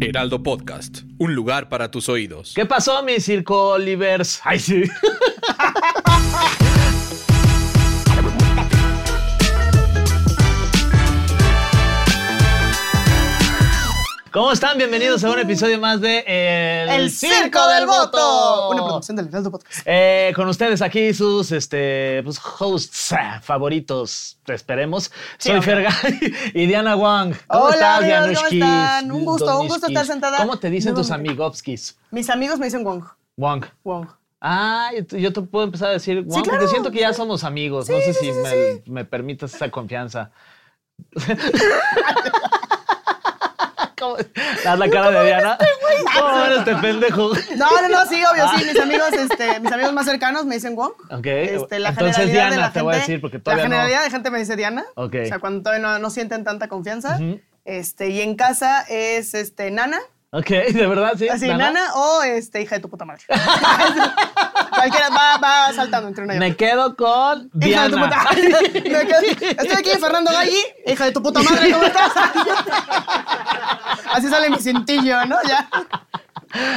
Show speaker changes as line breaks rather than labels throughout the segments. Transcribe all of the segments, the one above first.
Heraldo Podcast, un lugar para tus oídos.
¿Qué pasó, mi circo Olivers? Ay, sí. ¿Cómo están? Bienvenidos a un episodio más de El,
Una producción del Heraldo Podcast.
Eh, con ustedes aquí sus este, pues, hosts ah, favoritos, esperemos. Soy Ferga y Diana Wang. ¿Cómo
Hola,
estás,
amigos,
Dianushkis?
¿cómo están? Un gusto,
Don
un gusto
Miskis.
estar sentada.
¿Cómo te dicen tus
No.
amigovskis?
Mis amigos me dicen Wong.
Wang.
Wong.
Ah, yo te- yo te puedo empezar a decir, Wong, porque
claro.
siento que ya somos amigos. no
Sí,
sé
sí,
si
sí, sí,
me,
sí.
me permitas esa confianza. ¿Cómo? Haz la cara de Diana. ¿Cómo eres este pendejo?
No, no, no, sí, obvio, sí. Mis amigos, este, mis amigos más cercanos me dicen Wong.
Ok,
Este, la
entonces,
generalidad
Diana,
de la
te
gente,
voy a decir, porque
la
todavía no-
generalidad de gente me dice Diana.
Ok.
O sea, cuando todavía no, no sienten tanta confianza. Este, y en casa es este Nana,
Ok, de verdad, sí.
así
Nana?
Nana, o este hija de tu puta madre. Cualquiera va, va saltando entre una y
Me
otra.
quedo con
Hija de tu
Diana.
puta Me quedo- Estoy aquí Fernando Galli, hija de tu puta madre, ¿cómo estás? Así sale mi cintillo, ¿no? Ya.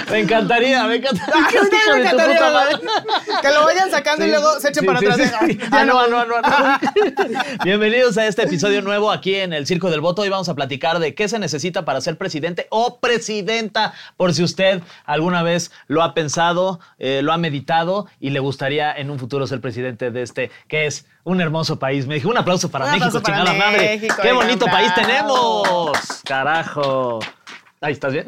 Me encantaría, me encantaría.
Que ustedes
Hijo
me
de tu
encantaría,
puta
¿verdad?
madre.
Que lo vayan sacando y luego se echen
Sí,
para
sí,
atrás.
sí, sí.
Ya
Ah,
no.
no, no, no, no. Bienvenidos a este episodio nuevo aquí en el Circo del Voto. Hoy vamos a platicar de qué se necesita para ser presidente o presidenta, por si usted alguna vez lo ha pensado, eh, lo ha meditado y le gustaría en un futuro ser presidente de este, que es un hermoso país. Me dijo un aplauso para
Un
México,
aplauso para
chingada madre.
México,
qué
oigan,
bonito
bravo.
país tenemos. Carajo. Ahí estás bien.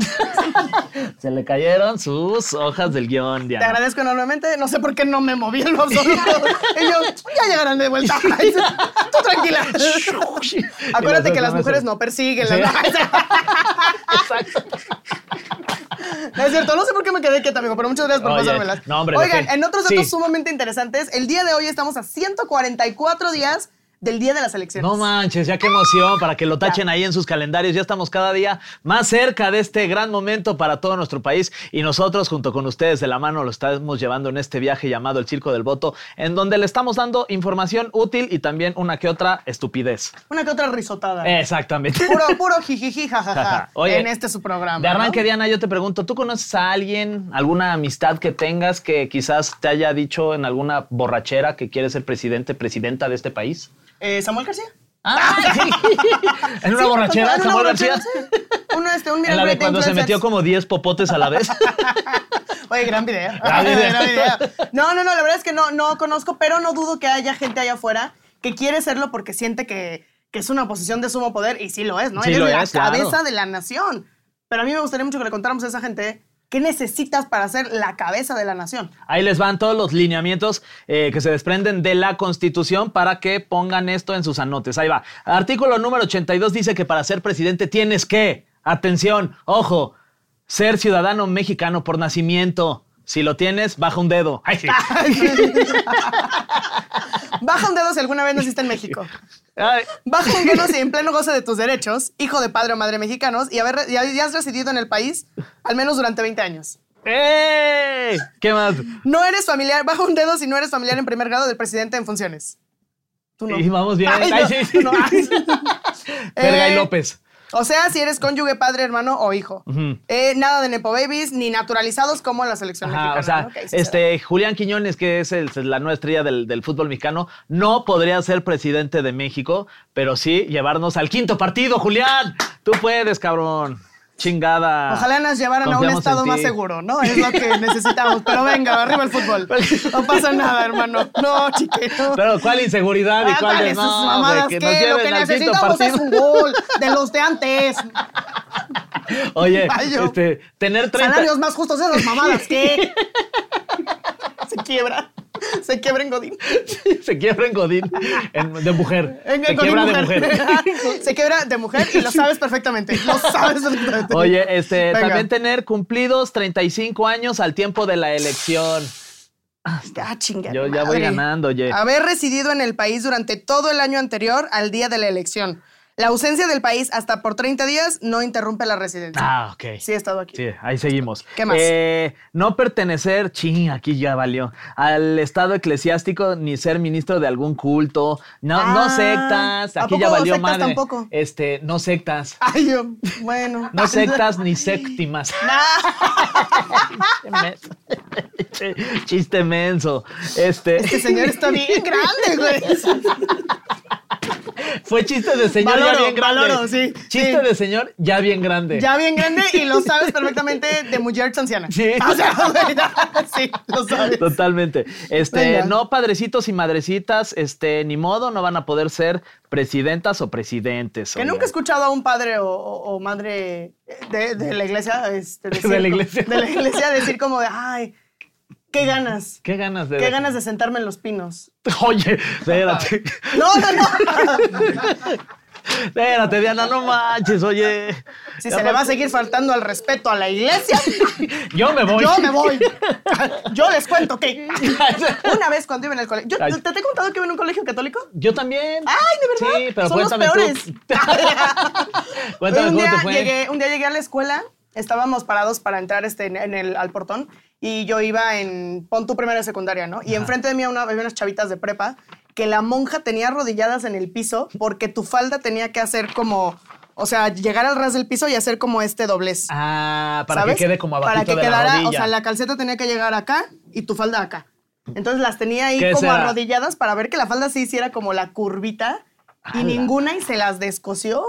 se le cayeron sus hojas del guión,
Te
Diana.
agradezco enormemente. No sé por qué no me moví en lo absoluto. Ellos ya llegarán de vuelta. Tú tranquila. Acuérdate que las mujeres no persiguen.
Sí.
las-
Exacto.
No es cierto, no sé por qué me quedé quieta, amigo, pero muchas gracias por
Oye,
pasármelas.
no, hombre,
Oigan,
¿de qué?
en otros datos
Sí.
sumamente interesantes, el día de hoy estamos a 144 días del día de las elecciones.
No manches, ya qué emoción para que lo tachen ahí en sus calendarios. Ya estamos cada día más cerca de este gran momento para todo nuestro país y nosotros junto con ustedes de la mano lo estamos llevando en este viaje llamado el Circo del Voto, en donde le estamos dando información útil y también una que otra estupidez.
Una que otra risotada.
Exactamente.
Puro, puro jijiji, jajaja.
Ajá. Eh. Oye,
en este su programa.
De arranque,
¿no?
Diana, yo te pregunto, ¿tú conoces a alguien, alguna amistad que tengas que quizás te haya dicho en alguna borrachera que quiere ser presidente, presidenta de este país?
Eh, Samuel García.
Ah, sí. En una
Sí,
borrachera,
en una
Samuel
borrachera,
García.
sí. Uno, este, un
En la de cuando se metió como 10 popotes a la vez.
Oye, gran video.
Gran video.
Gran video. No, no, no, la verdad es que no, no conozco, pero no dudo que haya gente allá afuera que quiere serlo porque siente que, que es una posición de sumo poder y sí lo es, ¿no?
Sí
Eres
lo
la
es, claro.
cabeza de la nación. Pero a mí me gustaría mucho que le contáramos a esa gente qué necesitas para ser la cabeza de la nación.
Ahí les van todos los lineamientos eh, que se desprenden de la Constitución para que pongan esto en sus anotes. Ahí va. Artículo número 82 dice que para ser presidente tienes que, atención, ojo, ser ciudadano mexicano por nacimiento. Si lo tienes, baja un dedo. Ay, sí.
Baja un dedo si alguna vez naciste en México.
Ay,
Baja un dedo si en pleno goce de tus derechos, hijo de padre o madre mexicanos, y, haber, y has residido en el país al menos durante 20 años.
¡ey! ¡eh! ¿Qué más?
No eres familiar, baja un dedo si no eres familiar en primer grado del presidente en funciones. Tú no.
Y vamos bien.
Ay,
Ay,
no,
sí, sí.
tú no. Ay.
Verga y
Eh,
López.
O sea, si eres cónyuge, padre, hermano o hijo. Eh, nada de nepo babies ni naturalizados como en la selección
Ajá,
mexicana.
o sea,
¿no? Que ahí sí se da.
este Julián Quiñones, que es el- la nueva estrella del, del fútbol mexicano, no podría ser presidente de México, pero sí llevarnos al quinto partido, Julián. Tú puedes, cabrón. Chingada.
Ojalá nos llevaran a un
Confiamos en
estado más
ti.
seguro, ¿no? Es lo que necesitamos. Pero venga, arriba el fútbol. No pasa nada, hermano. No, chiquito.
Pero cuál inseguridad y
Ah,
cuál
vale,
de
sus
no,
mamadas,
de que
¿qué?
nos
lo
lleven
que
al quinto
necesitamos es
partido.
un gol de los de antes.
Oye,
Ay, yo.
este, tener 30
Salarios más justos de las mamadas, ¿qué? Se quiebra. Se quiebra en Godín.
se quiebra en Godín, en- de mujer.
En-
se
en Godín
quiebra de mujer.
se quiebra de mujer y lo sabes perfectamente. Lo sabes perfectamente.
Oye, este,
Venga.
también tener cumplidos 35 años al tiempo de la elección.
Ah, chinga,
Yo ya voy
madre.
ganando, oye.
Haber residido en el país durante todo el año anterior al día de la elección. La ausencia del país hasta por 30 días no interrumpe la residencia.
Ah, ok.
Sí, he estado aquí.
Sí, ahí seguimos.
¿Qué más?
Eh, no pertenecer, ching, aquí ya valió, al estado eclesiástico ni ser ministro de algún culto. No, no
Ah,
sectas,
¿a
aquí ya
poco
valió
sectas
madre.
tampoco? Ah,
Este, no sectas.
Ay, yo, bueno.
No sectas ni séptimas. Chiste menso. Chiste menso. Este,
Este señor está bien grande, güey.
fue chiste de señor ya
Valoro,
bien grande.
valoro, sí,
Chiste
sí.
de señor ya bien grande.
Ya bien grande y lo sabes perfectamente de mujer anciana.
Sí.
O sea, güey, sí, lo sabes.
Totalmente. Este,
Venga.
no padrecitos y madrecitas, este, ni modo, no van a poder ser presidentas o presidentes.
Que
oigan.
nunca he escuchado a un padre o, o- o madre de, de la iglesia este, decir,
De la iglesia.
de la iglesia decir como de, ay, qué ganas,
Qué ganas de.
qué ganas de sentarme en los pinos.
Oye, espérate.
No, no, no.
espérate, Diana, no manches, oye.
Si se le va a seguir faltando al respeto a la iglesia,
Yo me voy.
yo me voy. Yo les cuento que una vez cuando iba en el colegio, yo,
Ay.
¿te, te he contado que iba en un colegio católico?
Yo también.
Ay, de verdad.
Sí, pero
Son los
cuéntame
peores.
tú. cuéntame
un,
cómo
día
te fue.
Llegué, un día llegué a la escuela, estábamos parados para entrar este, en, en el, al portón y yo iba en, pon tu primera secundaria, ¿no? Y enfrente de mí una- había unas chavitas de prepa que la monja tenía arrodilladas en el piso porque tu falda tenía que hacer como, o sea, llegar al ras del piso y hacer como este doblez.
Ah, para
¿sabes?
que quede como abajito
Para que
de
quedara,
la rodilla.
o sea, la calceta tenía que llegar acá y tu falda acá. Entonces las tenía ahí
¿Qué
como
será?
arrodilladas para ver que la falda sí hiciera como la curvita y
¡Hala!
ninguna y se las descosió.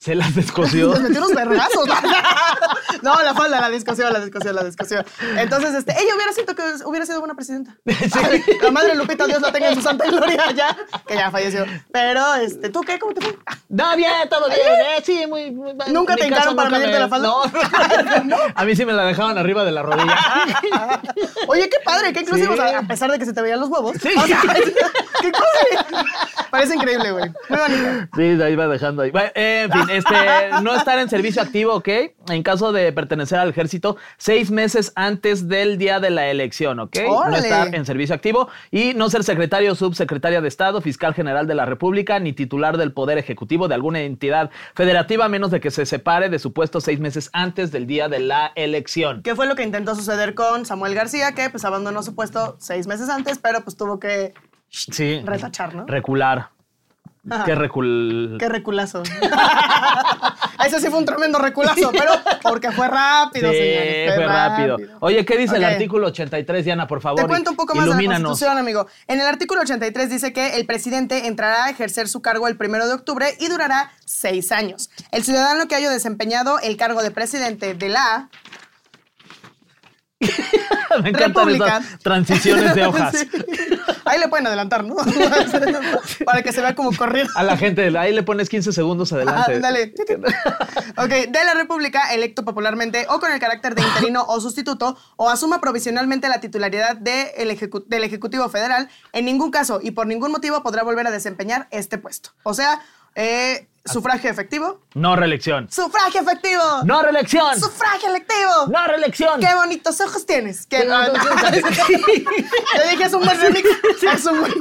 Se las descosió.
Les metió unos vergazos. No, la falda la descosió, la descosió, la descosió. Entonces, este, ella hubiera sido que hubiera sido buena presidenta. La madre Lupita, Dios la tenga en su santa gloria ya, que ya falleció. Pero, este, ¿tú qué? ¿Cómo te fue?
No, bien, todo bien. eh, sí, muy, muy-
¿Nunca
en
te
mi caso
hincaron para
nunca
medirte la falda?
No. A mí sí me la dejaban arriba de la rodilla.
Oye, qué padre, qué inclusivo.
Sí.
o sea, a pesar de que se te veían los huevos.
Sí.
O sea, qué cosa. Parece increíble, güey. Muy bonito.
Sí, la iba dejando ahí. Bueno, eh, en fin, este, no estar en servicio activo, ¿ok? En caso de pertenecer al ejército, seis meses antes del día de la elección, ¿ok? No
¡Órale!
estar en servicio activo y no ser secretario, subsecretaria de Estado, fiscal general de la República, ni titular del Poder Ejecutivo de alguna entidad federativa, a menos de que se separe de su puesto seis meses antes del día de la elección.
¿Qué fue lo que intentó suceder con Samuel García? Que pues abandonó su puesto seis meses antes, pero pues tuvo que.
Sí.
Retachar, ¿no?
Recular. Qué recul...
Qué reculazo. Ese sí fue un tremendo reculazo, pero porque fue rápido,
Sí,
señores.
fue rápido. Oye, ¿qué dice el
Ok.
artículo 83, Diana, por favor?
Te cuento un poco más de la
Ilumínanos.
Constitución, amigo. En el artículo 83 dice que el presidente entrará a ejercer su cargo el primero de octubre y durará seis años. El ciudadano que haya desempeñado el cargo de presidente de la
Me encantan
República.
esas transiciones de hojas.
Sí. Ahí le pueden adelantar, ¿no? Para que se vea como corrido.
A la gente, ahí le pones 15 segundos adelante.
Ándale. Ah, ok, de la República, electo popularmente o con el carácter de interino o sustituto, o asuma provisionalmente la titularidad de el ejecu- del Ejecutivo Federal, en ningún caso y por ningún motivo podrá volver a desempeñar este puesto. O sea, eh, sufragio efectivo.
No reelección.
¡Sufragio efectivo!
No reelección.
¡Sufragio electivo!
No reelección.
¡Qué bonitos ojos tienes! ¡Qué Yo dije, es un buen remix. Es un buen...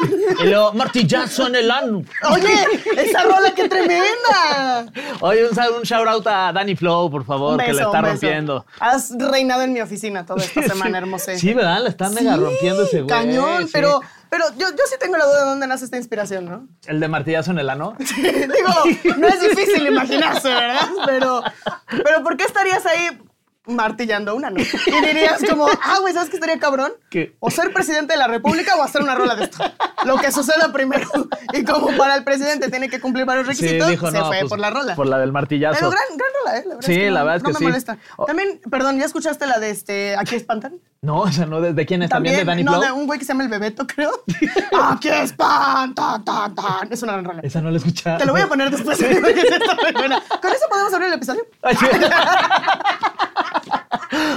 Y luego, martillazo en el ano.
Oye, esa rola, qué tremenda.
Oye, un, sal- un shout out a Danny Flow, por favor,
Un
que le
beso,
está
un beso.
rompiendo.
Has reinado en mi oficina toda esta semana, hermosa.
Sí, ¿verdad? Le está mega
Sí,
rompiendo ese güey.
Cañón,
sí.
pero, pero yo, yo sí tengo la duda de dónde nace esta inspiración, ¿no?
¿El de martillazo en el ano?
Digo, no es difícil imaginarse, ¿verdad? Pero, pero ¿por qué estarías ahí martillando una, no? Y dirías como, ah, güey, ¿sabes qué estaría cabrón?
¿Qué?
O ser presidente de la República o hacer una rola de esto. Lo que suceda primero. Y como para el presidente tiene que cumplir varios
Sí,
requisitos,
dijo,
se
no,
fue
pues,
por la rola.
Por la del martillazo.
Pero gran, gran rola, ¿eh? La verdad
Sí,
es que
la
no,
verdad es
no
que
me
sí.
molesta.
Oh.
También, perdón, ¿ya escuchaste la de este Aquí espantan?
No, o sea, no, ¿de, de quién es? ¿También, de Danny
no,
Flow?
de un güey que se llama el Bebeto, creo. Aquí espantan, tan, tan. Es una gran rola.
Esa no la escuchaste.
Te lo voy a poner después. Porque sí está muy buena. Con eso podemos abrir el episodio.
Ay, sí.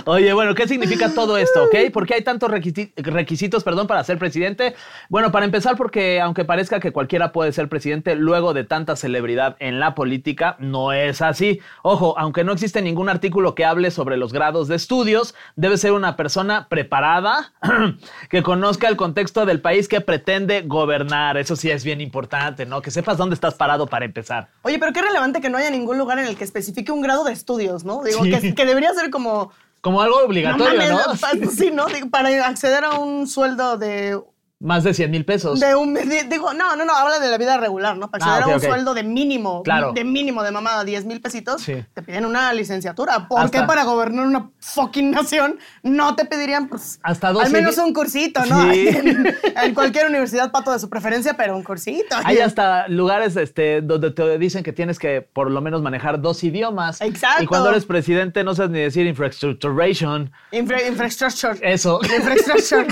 Oye, bueno, ¿qué significa todo esto? ¿ok? ¿Por qué hay tantos requisi- requisitos perdón, para ser presidente? Bueno, para empezar, porque aunque parezca que cualquiera puede ser presidente, luego de tanta celebridad en la política, no es así. Ojo, aunque no existe ningún artículo que hable sobre los grados de estudios, debe ser una persona preparada que conozca el contexto del país que pretende gobernar. Eso sí es bien importante, ¿no? Que sepas dónde estás parado para empezar.
Oye, pero qué relevante que no haya ningún lugar en el que especifique un grado de estudios, ¿no? Digo, que, que debería ser como...
Como algo obligatorio, ¿no?
mames, pa- Sí, ¿no? Digo, Para acceder a un sueldo de,
Más de 100 mil pesos.
de un... de- digo, no, no, no, habla de la vida regular, ¿no? Para
Ah,
acceder
ok,
a un
ok.
sueldo de mínimo,
Claro.
de mínimo de mamada, 10 mil pesitos,
Sí.
te piden una licenciatura. ¿Por
Hasta-
qué para gobernar una fucking nación no te pedirían, pues...
Hasta dos
Al
y
menos
di-
un cursito, ¿no?
Sí.
En, en cualquier universidad, pato de su preferencia, pero un cursito.
Hay hasta lugares este, donde te dicen que tienes que por lo menos manejar dos idiomas.
Exacto.
Y cuando eres presidente no sabes ni decir infrastructuration.
Infra- infrastructure.
Eso.
Infrastructure.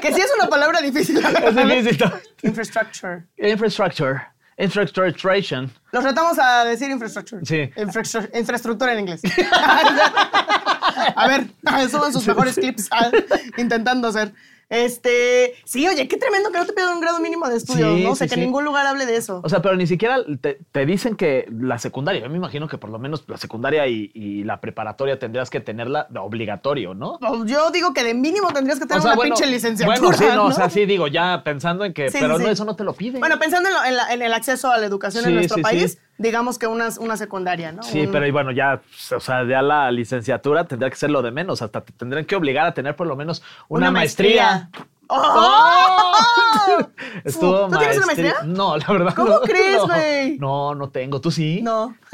que sí es una palabra difícil. la
Es
verdad.
difícil.
Infrastructure.
Infrastructure. Infrastructuration.
Los retamos a decir infrastructure.
Sí.
Infrastru- infraestructura en inglés. a ver, suban sus mejores clips ah, intentando hacer. Este, sí, oye, qué tremendo que no te pidan un grado mínimo de estudios,
Sí,
¿no? O sea,
sí,
que
sí.
ningún lugar hable de eso.
O sea, pero ni siquiera te, te dicen que la secundaria, yo me imagino que por lo menos la secundaria y, y la preparatoria tendrías que tenerla de obligatorio, ¿no?
Yo digo que de mínimo tendrías que tener una
bueno,
pinche licenciatura.
Bueno, sí, no,
¿no?
o sea, sí digo, ya pensando en que,
Sí,
pero
sí,
no,
sí.
eso no te lo piden.
Bueno, pensando en, lo- en la- en el acceso a la educación
Sí,
en nuestro
sí,
país,
sí.
digamos que una, una secundaria, ¿no?
Sí,
Un-
pero y bueno, ya, o sea, ya la licenciatura tendría que ser lo de menos. Hasta te tendrían que obligar a tener por lo menos una, maestría.
¡Oh!
Estuvo
¿Tú tienes una
maestría-
maestría?
No, la verdad.
¿Cómo
no.
crees,
No,
güey?
No, no, tengo. ¿Tú sí?
No.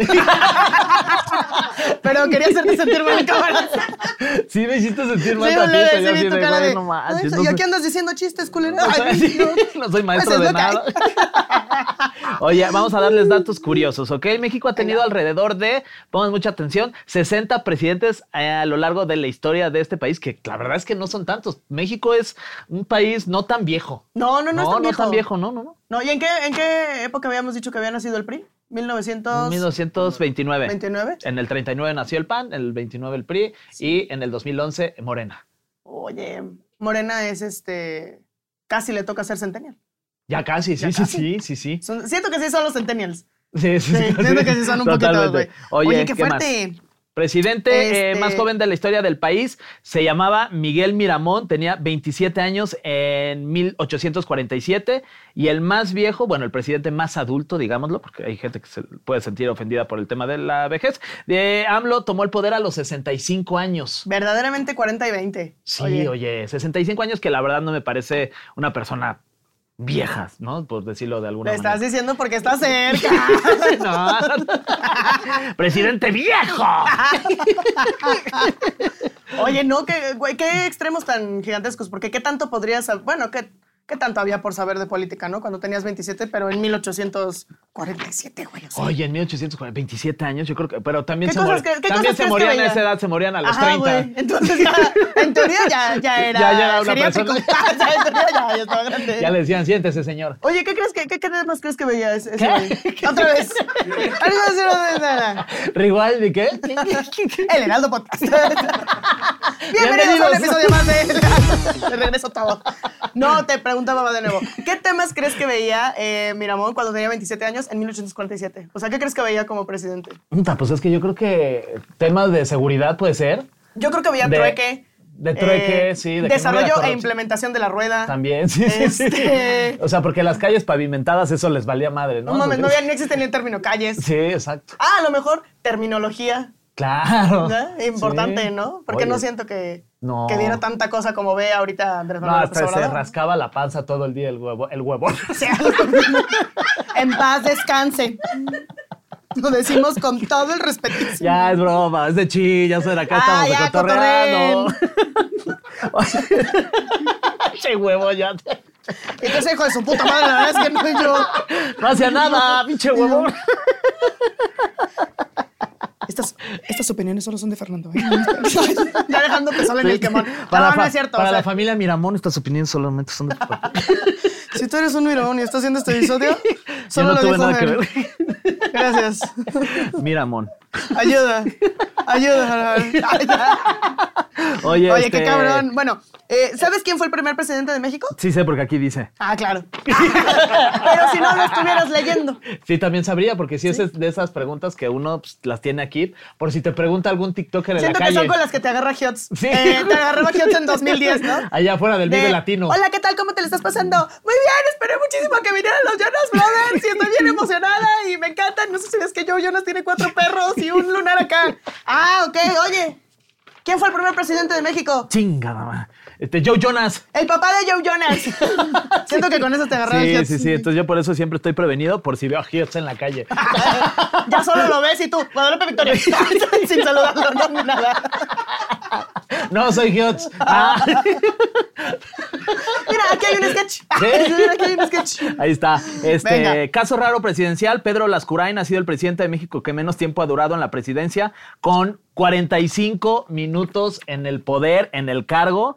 pero quería hacerte sentir mal en cámara.
Sí, me hiciste sentir mal.
Sí,
tantito,
boludo,
yo
sí,
así
vi tu
de,
cara
güey,
de.
no manches,
"Ay,
no
¿Y
sé".
aquí andas diciendo chistes, culero?
O sea,
Ay,
sí,
no.
no soy maestro
Pues
de
es lo que hay.
nada. Oye, vamos a darles datos curiosos, ¿ok? México ha tenido alrededor de, pongan mucha atención, 60 presidentes eh, a lo largo de la historia de este país, que la verdad es que no son tantos. México es un país no tan viejo.
No, no, no, es tan
no
viejo.
tan viejo, no, no, no.
No, ¿y en qué, en qué época habíamos dicho que había nacido el PRI? 1900.
1929.
29.
En el 39 nació el PAN, en el 29 el PRI y en el 2011 Morena.
Oye, Morena es este. Casi le toca ser centennial.
Ya casi, sí, sí, sí, sí, sí,
Son- Siento que sí son los centennials.
sí.
Sí, siento que sí son un poquito, güey.
Totalmente. Oye,
qué,
más?
fuerte.
Presidente eh,
Este-
más joven de la historia del país se llamaba Miguel Miramón, tenía 27 años en 1847 y el más viejo, bueno, el presidente más adulto, digámoslo, porque hay gente que se puede sentir ofendida por el tema de la vejez, de AMLO tomó el poder a los 65 años.
Verdaderamente 40 y 20.
Sí, oye. 65 años que la verdad no me parece una persona vieja, ¿no? Por decirlo de alguna
Lo estás
manera.
diciendo porque está cerca.
No. presidente viejo.
Oye, no, qué, güey, qué extremos tan gigantescos, porque qué tanto podrías, sab- bueno, qué, qué tanto había por saber de política, ¿no? Cuando tenías 27, pero en 1847, güey. o sea.
Oye, en 1840, 27 años, yo creo que. Pero también
¿Qué
se,
cosas
mor-
cre- qué
también se
cosas crees que
morían a
veía?
esa edad, se morían a los
Ajá,
30.
güey. Entonces, ya, en teoría ya, ya era.
Ya- ya era una
geriátrico.
persona.
Ya, en teoría ya, ya estaba grande.
Ya le decían, siéntese, señor.
Oye, ¿qué crees que, qué, qué más crees que veía ese, ese
¿Qué?
güey? Otra vez. Algo así, otra vez,
¿Rivaldi qué?
El Heraldo Podcast. Bienvenidos a un
Bienvenidos.
episodio más de de Regreso todo. No, te preguntaba de nuevo. ¿Qué temas crees que veía eh, Miramón cuando tenía 27 años en 1847? O sea, ¿qué crees que veía como presidente?
Puta, Pues es que yo creo que temas de seguridad puede ser.
Yo creo que veía
De-
trueque.
de trueque, sí, de que no hubiera
desarrollo e
corrupción.
implementación de la rueda.
También, sí, sí, sí.
Este-
O sea, porque las calles pavimentadas, eso les valía madre, ¿no?
No mames, no,
Porque-
había, no existía ni el término calles.
Sí, exacto.
Ah, a lo mejor terminología.
Claro.
¿no? Importante,
Ah, Sí.
¿no? Porque
Oye,
no siento que,
No.
que diera tanta cosa como ve ahorita Andrés
No,
Manuel López
hasta se
Obrador.
rascaba la panza todo el día el huevo. El huevo.
sea lo mismo. En paz descanse. Lo decimos con todo el respetísimo.
Ya es broma, es de chi, ya soy de acá,
Ah,
estamos
ya,
cotorreando. che huevo, ya. te-
Entonces, hijo de su puta madre, la verdad es que no yo.
No hacía nada, pinche huevo.
Estas, estas opiniones solo son de Fernando. ¿eh? ya dejando que salen el quemón.
Para,
no, no
fa-
es cierto.
para
o
la
sea,
familia Miramón, estas opiniones solamente son de papá.
si tú eres un mirón y estás haciendo este episodio, solo
no
lo
tuve
dijo
nada que
él. Gracias.
Miramón.
Ayuda. Ayuda.
Oye,
Oye,
este,
qué cabrón. Bueno, eh, ¿sabes quién fue el primer presidente de México?
Sí sé porque aquí dice.
Ah, claro. Pero si no lo estuvieras leyendo.
Sí, también sabría, porque si es de esas preguntas que uno pues, las tiene aquí, por si te pregunta algún TikToker en
Siento
la
que
calle.
son con las que te agarra Hiots.
Sí.
Eh, te agarraba Hiots en 2010, ¿no?
Allá afuera del
De,
Vive Latino.
Hola, ¿qué tal? ¿Cómo te le estás pasando? Muy bien, esperé muchísimo a que vinieran los Jonas Brothers y estoy bien emocionada y me encantan. No sé si ves que Joe Jonas tiene cuatro perros y un lunar acá. Ah, ok, oye. ¿Quién fue el primer presidente de México?
Chinga, mamá. Este, Joe Jonas.
El papá de Joe Jonas. Siento que con eso te agarraron
Sí,
Hiots.
sí, sí. Entonces yo por eso siempre estoy prevenido por si veo a Hiots en la calle.
Ya solo lo ves y tú, Guadalupe Victoria. Sin saludarlo, no, ni nada.
No, soy Hiots. Ah,
Mira, aquí hay un sketch. Mira, aquí hay un sketch.
ahí está. Este
Venga.
caso raro presidencial. Pedro Lascurain ha sido el presidente de México que menos tiempo ha durado en la presidencia, con 45 minutos en el poder, en el cargo.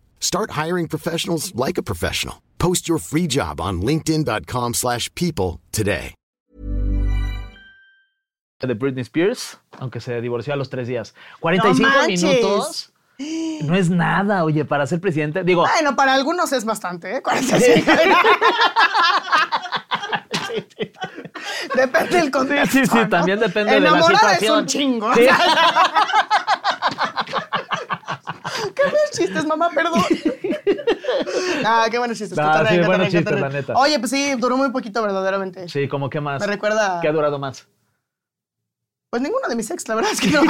Start hiring professionals like a professional. Post your free job on linkedin.com/people slash people today.
de Britney Spears, aunque se divorció a los tres días. 45
¡No manches!
minutos. No es nada, oye, para ser presidente. Digo,
Bueno, para algunos es bastante, ¿eh? 45. Depende del contexto.
Sí, sí, sí,
¿no?
también depende de la
Enamorada
situación.
es un chingo.
Sí.
Qué buenos chistes, mamá, perdón. ah, qué buenos chistes.
Ah,
Cotorrea,
sí,
cotorrea,
buenos chistes,
cotorrea.
la neta.
Oye, pues sí, duró muy poquito, verdaderamente.
sí, como que más.
Me recuerda a-
¿Qué ha durado más?
Pues ninguno de mis ex, la verdad es que no.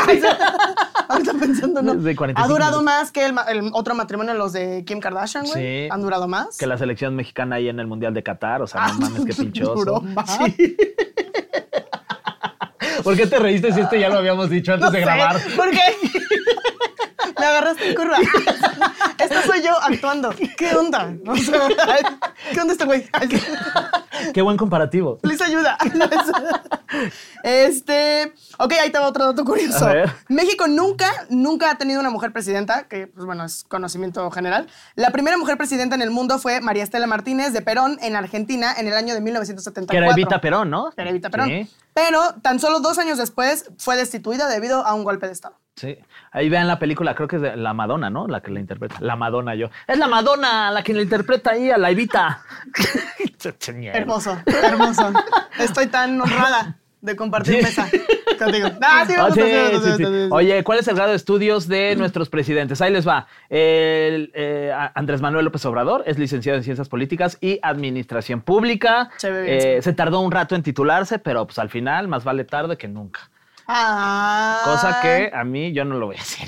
Ahorita pensando, ¿no?
De 45
ha durado
minutos.
más que el, ma- el otro matrimonio, los de Kim Kardashian, güey.
Sí.
Han durado más.
Que la selección mexicana ahí en el Mundial de Qatar, o sea, no mames, qué
Duró
pinchoso.
Ah,
pues,
más.
¿Por qué te reíste si este ya lo habíamos dicho antes
No
de
sé,
grabar?
¿Por qué? Me agarraste en curva. Esto soy yo actuando. ¿Qué onda? O sea, ¿Qué onda este güey?
Qué buen comparativo.
Please ayuda. Este. Ok, ahí te va otro dato curioso.
A ver.
México nunca, nunca ha tenido una mujer presidenta, que, pues bueno, es conocimiento general. La primera mujer presidenta en el mundo fue María Estela Martínez de Perón en Argentina en el año de 1974.
Que era Evita Perón, ¿no?
Era Evita Perón.
Sí,
Pero tan solo dos años después fue destituida debido a un golpe de Estado.
sí. Ahí vean la película, creo que es de la Madonna, ¿no? La que la interpreta. La Madonna, yo. Es la Madonna la que la interpreta ahí a la Evita.
Hermoso, hermoso. Estoy tan honrada de compartir
Sí.
mesa contigo. Ah, sí, me
Ah, sí,
gusta, sí, me
sí,
gusta, sí, me
sí.
gusta, sí, Mm. sí.
Oye, ¿cuál es el grado de estudios de nuestros presidentes? Ahí les va. El, eh, a- Andrés Manuel López Obrador es licenciado en Ciencias Políticas y Administración Pública.
Chévere, bien.
Eh, se tardó un rato en titularse, pero pues al final más vale tarde que nunca.
Ah.
Cosa que a mí yo no lo voy a hacer.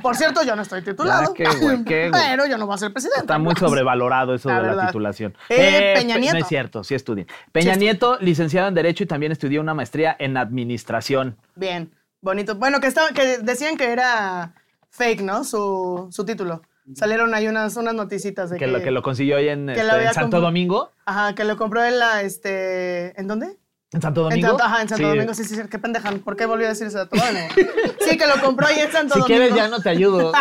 Por cierto, yo no estoy titulado.
qué güey, qué güey.
Pero yo no voy a ser presidente.
Está muy sobrevalorado eso
La
de
verdad.
la titulación.
Eh, Peña
pe-
Nieto.
No es cierto, sí estudié. Peña
estu-
Nieto, licenciado en Derecho y también estudió una maestría en Administración.
Bien, bonito. Bueno, que, estaba, que decían que era fake, ¿no? Su, su título. Salieron ahí unas, unas noticitas de que,
Que lo, que lo consiguió ahí en,
que
este,
lo había
en Santo
compro-
Domingo.
Ajá, que lo compró en la, este... ¿En dónde?
¿En Santo
En
Domingo?
Santo, ajá, en Santo
Sí.
Domingo, sí, sí, sí, qué pendejan. ¿Por qué volví a decir ese dato? Bueno, sí, que lo compró ahí en Santo
Si
Domingo.
quieres ya no te ayudo.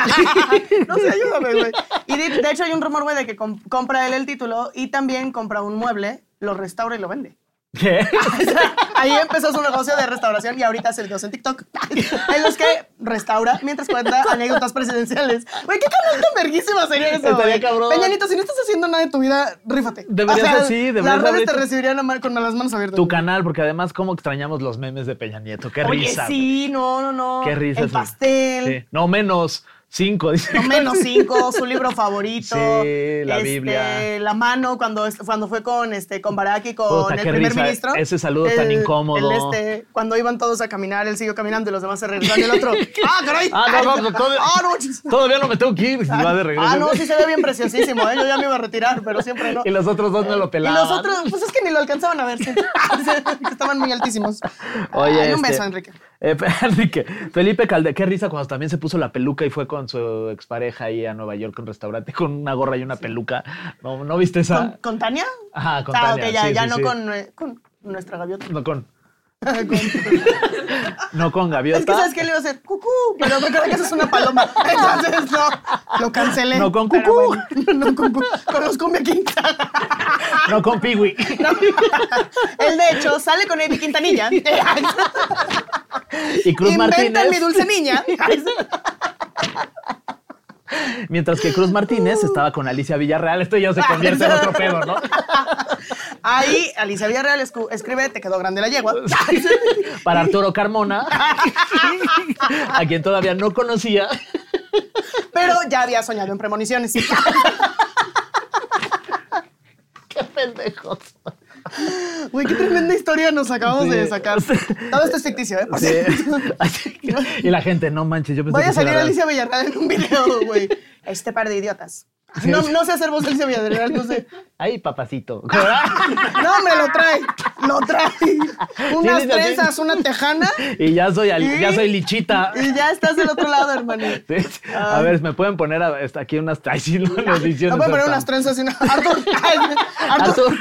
no sé, ayúdame, güey. Y de, de hecho hay un rumor, güey, de que com- compra él el título y también compra un mueble, lo restaura y lo vende.
¿Qué?
O sea, Ahí empezó su negocio de restauración y ahorita hace videos en TikTok en los que restaura mientras cuenta anécdotas presidenciales. Güey, qué canal tan verguísima sería eso.
Estaría
güey?
cabrón.
Peña Nieto, si no estás haciendo nada de tu vida, rífate.
Deberías ser- sí, deberías
Las redes
abrirte-
te recibirían a mar- con las manos abiertas.
Tu
güey.
canal, porque además cómo extrañamos los memes de Peña Nieto. Qué
Oye,
risa.
sí, no, no, no.
güey. Qué risa.
El
sí.
pastel.
Sí. No menos cinco. dice.
No menos cinco, su libro favorito.
Sí, la
este,
Biblia.
La mano cuando, es- cuando fue con, este, con Barak y con
Puta,
el
qué
primer
risa,
ministro.
ese saludo tan incómodo.
el este, cuando iban todos a caminar, él siguió caminando y los demás se regresaron. Y el otro, ¡ah, caray!
Ah, no, no, no, todo-
¡Ah, no, chis-
Todavía no me tengo que ir. si va de regreso.
Ah, no, sí se ve bien preciosísimo, ¿eh? Yo ya me iba a retirar, pero siempre no.
Y los otros dos no lo
Y
pelaban.
los otros, pues es que ni lo alcanzaban a ver. sí. Estaban muy altísimos.
Oye,
Ay, un
este,
beso, Enrique.
Eh, Enrique, Felipe Calde, qué risa cuando también se puso la peluca y fue con su expareja ahí a Nueva York, a un restaurante, con una gorra y una peluca. ¿No, ¿no viste esa?
¿Con, con Tania?
Ajá, con
Ah,
Tania,
ok, ya,
sí,
ya
sí,
no
sí.
Con, eh, con nuestra gaviota.
No con,
Con-
no con gaviota.
es que sabes que le iba a hacer cucú, pero me creo que eso es una paloma. Entonces no, lo cancelé.
No con
Pero
cucú.
bueno, no con cucú. Con los cumbia Quintana.
No con Piwi.
Él, de hecho, sale con Eddie Quintanilla. Eh,
Y Cruz
Inventan mi
Martínez.
dulce niña.
Mientras que Cruz Martínez estaba con Alicia Villarreal. Esto
Ah,
ya se convierte en otro pedo, ¿no?
Ahí, Alicia Villarreal escu- escribe, te quedó grande la yegua.
Para Arturo Carmona, a quien todavía no conocía.
Pero ya había soñado en premoniciones.
Qué pendejos.
Güey, qué tremenda historia nos acabamos
Sí.
de sacar. Todo esto es ficticio, ¿eh? Por
Sí.
cierto.
Así que- Y la gente, no manches, yo pensé
Voy
que
a
sí era
salir
real.
Alicia Villarreal en un video, güey. Este par de idiotas. No, no sé hacer voz de Alicia Villarreal, no sé.
Ay, papacito.
No, me lo trae. Lo trae. Unas
Sí, dice así.
trenzas, una tejana
Y ya soy, Ali-
¿Y?
ya soy lichita.
y ya estás del otro lado, hermano.
Sí. A ver, ¿me pueden poner a- hasta aquí unas... Ay, sí, no, las
No
ediciones
puede poner
están-
unas trenzas y una. Artur, ay, Artur.
Artur.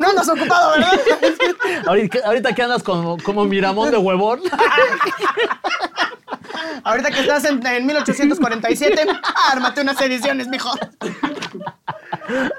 No andas ocupado, ¿verdad?
Ahorita, ahorita que andas como, como Miramón de huevón.
Ahorita que estás en, en 1847, ármate unas ediciones, mijo.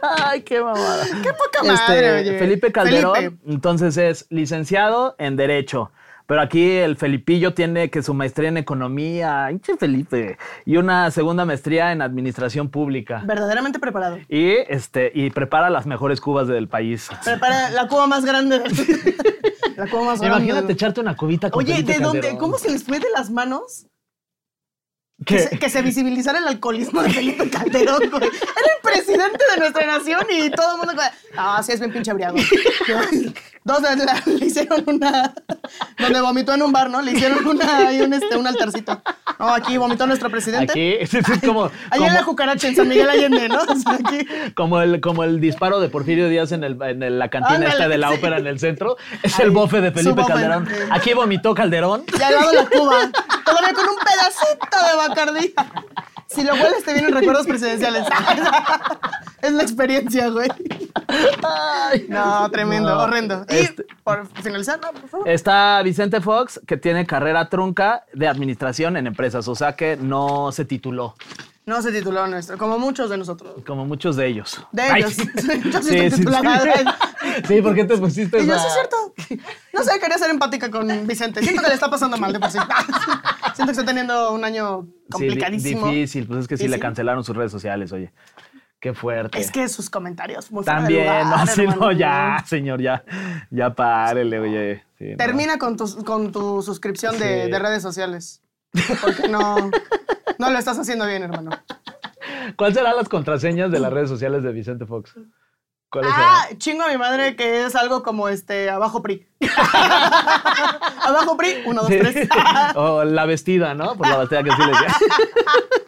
Ay, qué mamada. Qué
poca madre, oye.
Este, Felipe Calderón,
Felipe.
entonces es licenciado en Derecho. Pero aquí el Felipillo tiene que su maestría en Economía, hinche Felipe, y una segunda maestría en Administración Pública.
Verdaderamente preparado.
Y, este, y prepara las mejores cubas del país.
Prepara la cuba más grande. La cuba más grande.
Imagínate echarte una cubita con
Oye,
Felipe
¿de dónde?
Calderón.
¿Cómo se les fue de las manos?
¿Qué?
Que se, que se visibilizara el alcoholismo de Felipe Calderón, güey. Era el presidente de nuestra nación y todo el mundo. como, Ah, sí, es bien pinche briago. Dos veces la- le hicieron una. Donde vomitó en un bar, ¿no? Le hicieron una y un, este, un altarcito. No, aquí vomitó nuestro presidente.
Aquí es, es como,
Allá en la
como,
cucaracha, en San Miguel Allende, ¿no? O sea, aquí.
como el, como el disparo de Porfirio Díaz en, el, en el- la cantina
Ándale,
esta de la
sí.
ópera en el centro. Es el bofe de
su
Felipe
bofe,
Calderón.
sí.
Aquí vomitó Calderón.
Y al lado la Cuba. Todavía con un pedacito de Bacardí. Si lo hueles, te vienen recuerdos presidenciales. Es la experiencia, güey. No, tremendo,
No.
horrendo. Y
Este-
por finalizar, no, por favor.
Está Vicente Fox, que tiene carrera trunca de administración en empresas, o sea que no se tituló,
No se tituló nuestro, como muchos de nosotros.
como muchos de ellos.
De
Ay,
ellos.
sí.
Yo sí estoy titulada.
Sí, ¿por qué te pusiste
Y yo,
esa-
sí es cierto. No sé, quería ser empática con Vicente. Siento que le está pasando mal de por sí. Siento que está teniendo un año
Sí, di-
complicadísimo.
difícil, pues es que sí, le
Difícil.
cancelaron sus redes sociales, oye. Qué fuerte.
Es que sus comentarios muy fuera de
También,
lugar,
no, sí, no,
hermano.
ya, señor, ya, ya párele, oye. sí, no.
Termina con tu, con tu suscripción de,
Sí.
de redes sociales. Porque no, no lo estás haciendo bien, hermano.
¿Cuáles serán las contraseñas de las redes sociales de Vicente Fox? ¿Cuáles
Ah, chingo a mi madre que es algo como este, abajo PRI. abajo PRI, uno, dos,
serán?
tres.
Sí. O la vestida, ¿no? Pues la vestida que sí le decía.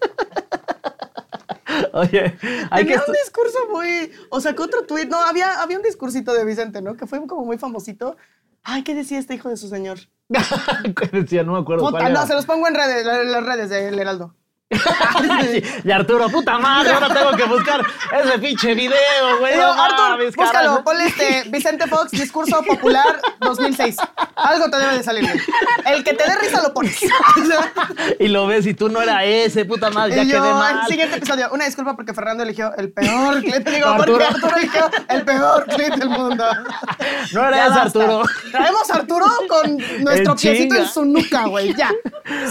Oye, hay que.
Tenía un
estu-
discurso muy. O sacó otro tuit. No, había, había un discursito de Vicente, ¿no? Que fue como muy famosito. Ay, ¿qué decía este hijo de su señor?
¿Qué decía? No me acuerdo.
Puta,
cuál
no,
era.
se los pongo en redes, la- las redes del Heraldo.
Ay, y Arturo, puta madre, ahora tengo que buscar ese pinche video, güey.
Pero,
no
Arthur,
mames,
búscalo,
carajo.
ponle este Vicente Fox, discurso popular 2006. Algo te debe de salir. güey. El que te dé risa lo pones.
Y lo ves, y tú no era ese, puta madre, ya
y
quedé
yo,
mal.
el siguiente episodio. Una disculpa porque Fernando eligió el peor clip. Digo,
No,
porque
Arturo.
Arturo eligió el peor clip del mundo.
No
Ya
era ese,
basta.
Arturo.
Traemos a Arturo con nuestro
En
piecito
chinga.
en su nuca, güey. Ya.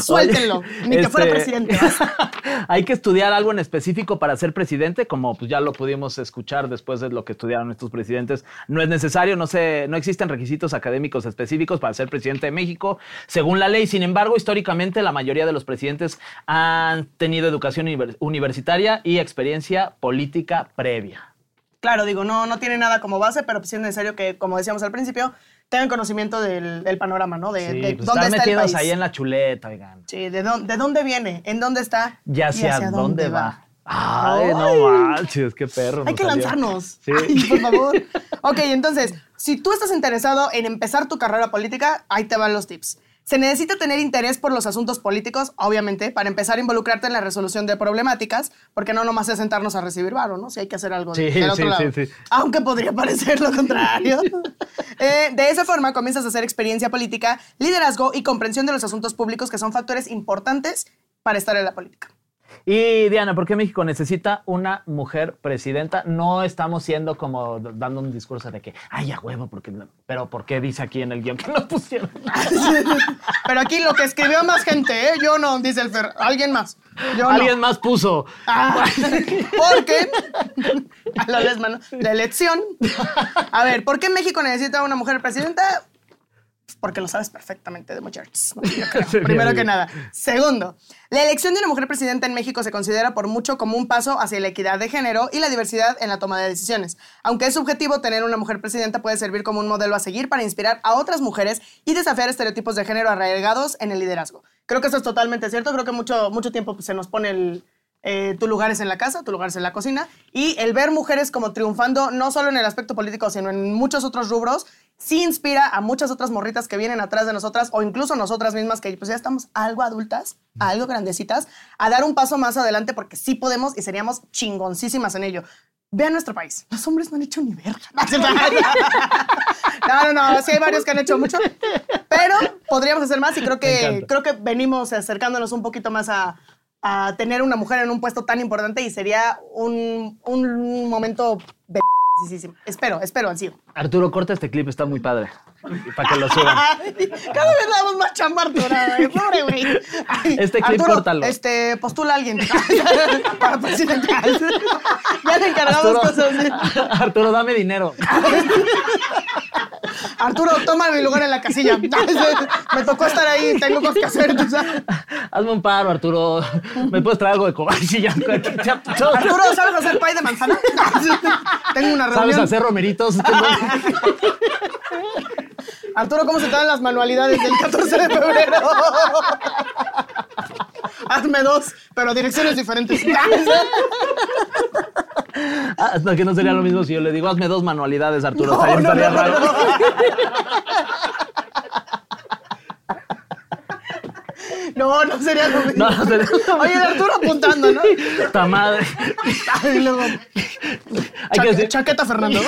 Suéltenlo. Ni que fuera
Este,
presidente. basta.
Hay que estudiar algo en específico para ser presidente, como pues, ya lo pudimos escuchar después de lo que estudiaron estos presidentes. No es necesario, no, se, no existen requisitos académicos específicos para ser presidente de México, según la ley. Sin embargo, históricamente la mayoría de los presidentes han tenido educación univer- universitaria y experiencia política previa.
Claro, digo, no, no tiene nada como base, pero pues sí es necesario que, como decíamos al principio, tengan conocimiento del, del panorama, ¿no? De,
Sí,
de
pues,
dónde
están
está el
metidos
país.
ahí en la chuleta, oigan.
Sí, ¿de dónde, de dónde viene? ¿En dónde está?
Y hacia, dónde va. Ay,
Ay.
no manches, qué perro.
Hay
nos
que
salió.
lanzarnos.
Sí.
Ay, por favor. ok, entonces, si tú estás interesado en empezar tu carrera política, ahí te van los tips. Se necesita tener interés por los asuntos políticos, obviamente, para empezar a involucrarte en la resolución de problemáticas, porque no nomás es sentarnos a recibir varo, ¿no? Si hay que hacer algo de-
Sí,
del
sí,
otro lado.
sí, sí.
Aunque podría parecer lo contrario. Eh, de esa forma comienzas a hacer experiencia política, liderazgo y comprensión de los asuntos públicos, que son factores importantes para estar en la política.
Y Diana, ¿por qué México necesita una mujer presidenta? No estamos siendo como d- dando un discurso de que, ay, a huevo, porque, no- pero ¿por qué dice aquí en el guión que no pusieron?
Pero aquí lo que escribió más gente, ¿eh? Yo no, dice el Fer. Alguien más. Yo no.
Alguien más puso.
Ah, porque a la les mano- la elección. A ver, ¿por qué México necesita una mujer presidenta? Pues Porque lo sabes perfectamente de muchachos. ¿no? Yo creo,
Sí,
Primero
bien,
que
bien.
nada. Segundo, la elección de una mujer presidenta en México se considera por mucho como un paso hacia la equidad de género y la diversidad en la toma de decisiones. Aunque es subjetivo, tener una mujer presidenta puede servir como un modelo a seguir para inspirar a otras mujeres y desafiar estereotipos de género arraigados en el liderazgo. Creo que eso es totalmente cierto. Creo que mucho, mucho tiempo pues, se nos pone el, eh, tu lugar es en la casa, tu lugar es en la cocina. Y el ver mujeres como triunfando, no solo en el aspecto político, sino en muchos otros rubros, sí inspira a muchas otras morritas que vienen atrás de nosotras o incluso nosotras mismas que pues ya estamos algo adultas, algo grandecitas, a dar un paso más adelante porque sí podemos y seríamos chingoncísimas en ello. Vean nuestro país. Los hombres no han hecho ni verga. No, es cierto. No, no, no. Sí hay varios que han hecho mucho. Pero podríamos hacer más y creo
Me
que,
encanta.
creo que venimos acercándonos un poquito más a, a tener una mujer en un puesto tan importante y sería un, un momento... be- Espero, espero, ansío.
Arturo, corta este clip, está muy padre. Para que lo suban.
Ay, Cada vez le damos más chamba a Arturo. ay, Pobre güey. Ay,
Este clip,
Arturo,
córtalo.
Este, postula a alguien para presidente. Ya le encargamos
Arturo,
cosas. eh.
Arturo, dame dinero.
Arturo, toma mi lugar en la casilla. Me tocó estar ahí, tengo cosas que hacer. tú sabes.
Hazme un paro, Arturo. ¿Me puedes traer algo de cobar? Sí, ya, ya, ya.
Arturo, ¿sabes hacer pay de manzana? Tengo una
¿Sabes
reunión.
hacer romeritos?
Arturo, ¿cómo se te dan las manualidades del 14 de febrero? Hazme dos, pero direcciones diferentes.
Ah, no, que no sería lo mismo si yo le digo, hazme dos manualidades, Arturo.
No,
Estaría-
no,
estaría
no, no,
raro.
No, no sería lo mismo.
No, no sería-
Oye, el Arturo apuntando, ¿no?
Ta madre.
Y luego,
Hay que
chaque-
decir,
chaqueta Fernando.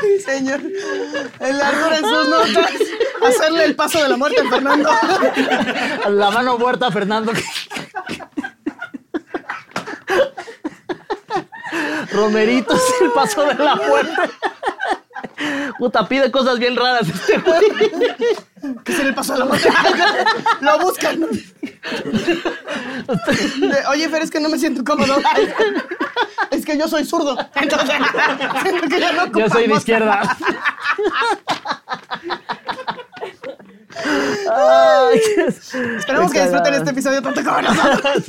Ay, señor. El Arturo en sus notas. Hacerle el paso de la muerte a Fernando.
la mano muerta, Fernando. Romeritos, el paso de la muerte. Puta, pide cosas bien raras este güey.
Que se le pasó a la muerte. Lo buscan. De, Oye, Fer, es que no me siento cómodo. Es que yo soy zurdo. Entonces, siento que ya no
Yo soy de
ocupamos.
izquierda. Ay,
Esperemos que disfruten este episodio tanto como nosotros.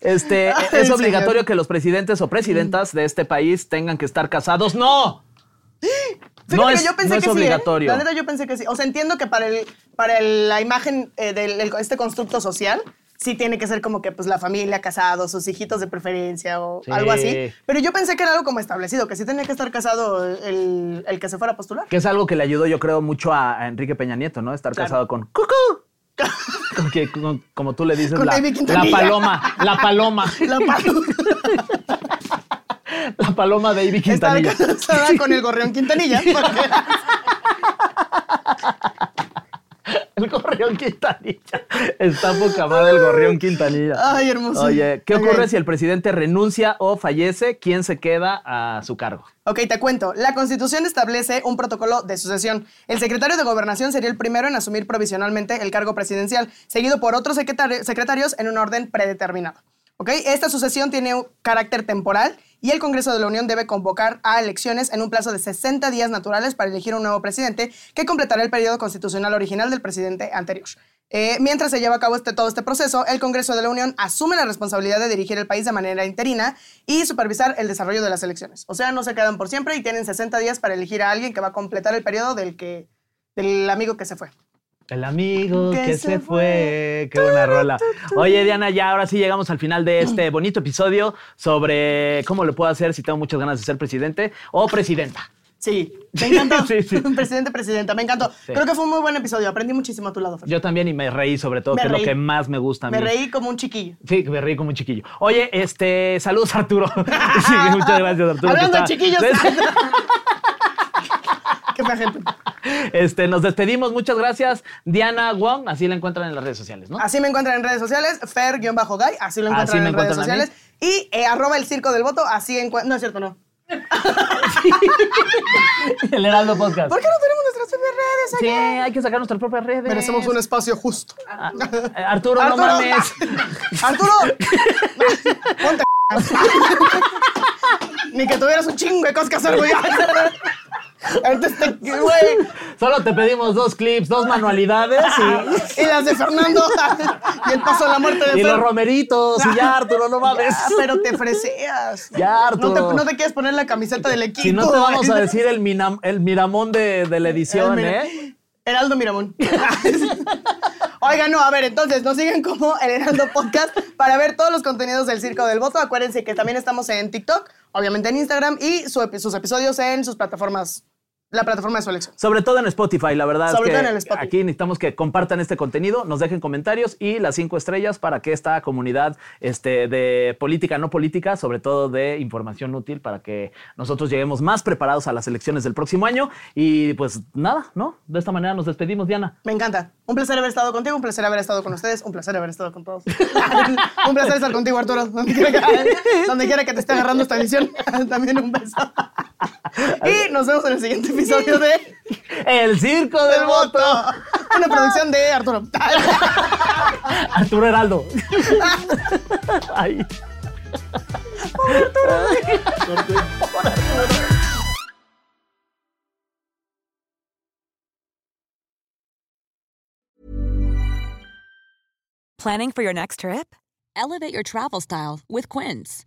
Este,
Ay,
es
señor.
obligatorio que los presidentes o presidentas de este país tengan que estar casados. ¡No!
Fíjate
No
que
es-
yo pensé
no es
que
obligatorio.
Sí, ¿eh? La neta, yo pensé que sí. O sea, entiendo que para, el, para el- la imagen eh, de este constructo social, sí tiene que ser como que pues, la familia, casados, sus hijitos de preferencia o
Sí.
algo así. Pero yo pensé que era algo como establecido, que sí tenía que estar casado el, el que se fuera a postular.
Que es algo que le ayudó, yo creo, mucho a, a Enrique Peña Nieto, ¿no? Estar
Claro.
casado con Cucú. Con que- con- como tú le dices,
Con
la,
David
la
Quintanilla.
paloma, la paloma,
La Palu
la paloma de Ivy
estaba
Quintanilla.
casada con el gorrión Quintanilla. porque-
El gorrión Quintanilla. Está poca madre el gorrión Quintanilla.
Ay, hermoso.
Oye, ¿qué
Ok.
ocurre si el presidente renuncia o fallece? ¿Quién se queda a su cargo?
Ok, te cuento. La Constitución establece un protocolo de sucesión. El secretario de Gobernación sería el primero en asumir provisionalmente el cargo presidencial, seguido por otros secretari- secretarios en un orden predeterminado. Ok, esta sucesión tiene un carácter temporal y el Congreso de la Unión debe convocar a elecciones en un plazo de 60 días naturales para elegir un nuevo presidente que completará el periodo constitucional original del presidente anterior. Eh, mientras se lleva a cabo este- todo este proceso, el Congreso de la Unión asume la responsabilidad de dirigir el país de manera interina y supervisar el desarrollo de las elecciones. O sea, no se quedan por siempre y tienen 60 días para elegir a alguien que va a completar el periodo del, que, del amigo que se fue.
El amigo que, se fue. Qué buena rola. Oye, Diana, ya ahora sí llegamos al final de este bonito episodio sobre cómo lo puedo hacer si tengo muchas ganas de ser presidente o presidenta.
Sí, me encantó.
Sí, sí.
Presidente, presidenta, me encantó. Creo que fue un muy buen episodio. Aprendí muchísimo a tu lado, Fer.
Yo también y me reí sobre todo,
Me
que es
reí.
lo que más me gusta a mí.
Me reí como un chiquillo.
Sí, que me reí como un chiquillo. Oye, este, saludos Arturo. Sí, muchas gracias Arturo. que
Ah,
este,
Hablando de
estaba-
chiquillos.
Sí, sí.
Qué fea gente.
Este, nos despedimos. Muchas gracias, Diana Wong. Así la encuentran en las redes sociales, ¿no?
Así me encuentran en redes sociales, fer-guy, así lo
Así
encuentran
me
en redes
encuentran a mí.
sociales. Y eh, arroba el circo del voto, así encuentran. No es cierto, no.
El Heraldo Podcast.
¿Por qué no tenemos nuestras propias redes
Sí,
aquí?
hay que sacar nuestras propias redes.
Merecemos un espacio justo.
Ah, eh, Arturo, no mames.
Arturo, ponte. Ni que tuvieras un chingo de cosas que hacer, güey. Antes te. Güey.
Solo te pedimos dos clips, dos manualidades
Y las de Fernando. y el paso a la muerte de
y, y
Fer.
los romeritos. Y ya, Arturo, no mames.
Ya, pero te freseas.
Ya,
no
Arturo.
te, no te quieres poner la camiseta del equipo.
Si no te vamos a
güey.
decir el, minam- el miramón de, de la edición,
¿eh? Mira,
¿eh?
Heraldo Miramón. Oigan, no, a ver, entonces nos siguen como el Heraldo Podcast para ver todos los contenidos del Circo del Voto. Acuérdense que también estamos en TikTok, obviamente en Instagram y su epi- sus episodios en sus plataformas, la plataforma de su elección.
Sobre todo en Spotify, la verdad. es
Sobre
que
todo en el Spotify.
Aquí necesitamos que compartan este contenido, nos dejen comentarios y las cinco estrellas para que esta comunidad este, de política, no política, sobre todo de información útil, para que nosotros lleguemos más preparados a las elecciones del próximo año. Y pues nada, ¿no? De esta manera nos despedimos, Diana.
Me encanta. Un placer haber estado contigo, un placer haber estado con ustedes, un placer haber estado con todos. un placer estar contigo, Arturo. Donde quiera que, donde quiera que te esté agarrando esta edición, también un beso. y nos vemos en el siguiente episodio de
El circo del
El voto.
voto.
Una producción de Arturo.
Arturo Heraldo. Ay.
Planning for your next trip? Elevate your travel style with Quince.